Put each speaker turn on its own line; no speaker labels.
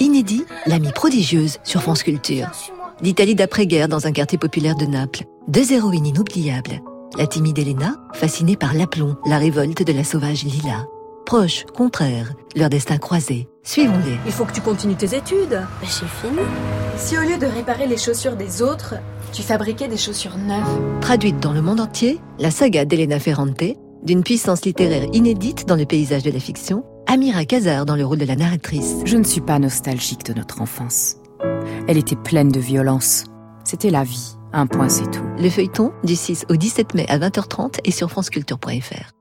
Lady, l'amie prodigieuse sur France Culture. L'Italie d'après-guerre dans un quartier populaire de Naples. Deux héroïnes inoubliables. La timide Elena, fascinée par l'aplomb, la révolte de la sauvage Lila. Proches, contraires, leur destin croisé. Suivons-les.
Il faut que tu continues tes études.
Bah, j'ai fini.
Si au lieu de réparer les chaussures des autres, tu fabriquais des chaussures neuves.
Traduite dans le monde entier, la saga d'Elena Ferrante, d'une puissance littéraire inédite dans le paysage de la fiction, Amira Kazar dans le rôle de la narratrice.
Je ne suis pas nostalgique de notre enfance. Elle était pleine de violence. C'était la vie. Un point, c'est tout.
Le feuilleton, du 6 au 17 mai à 20h30 et sur franceculture.fr.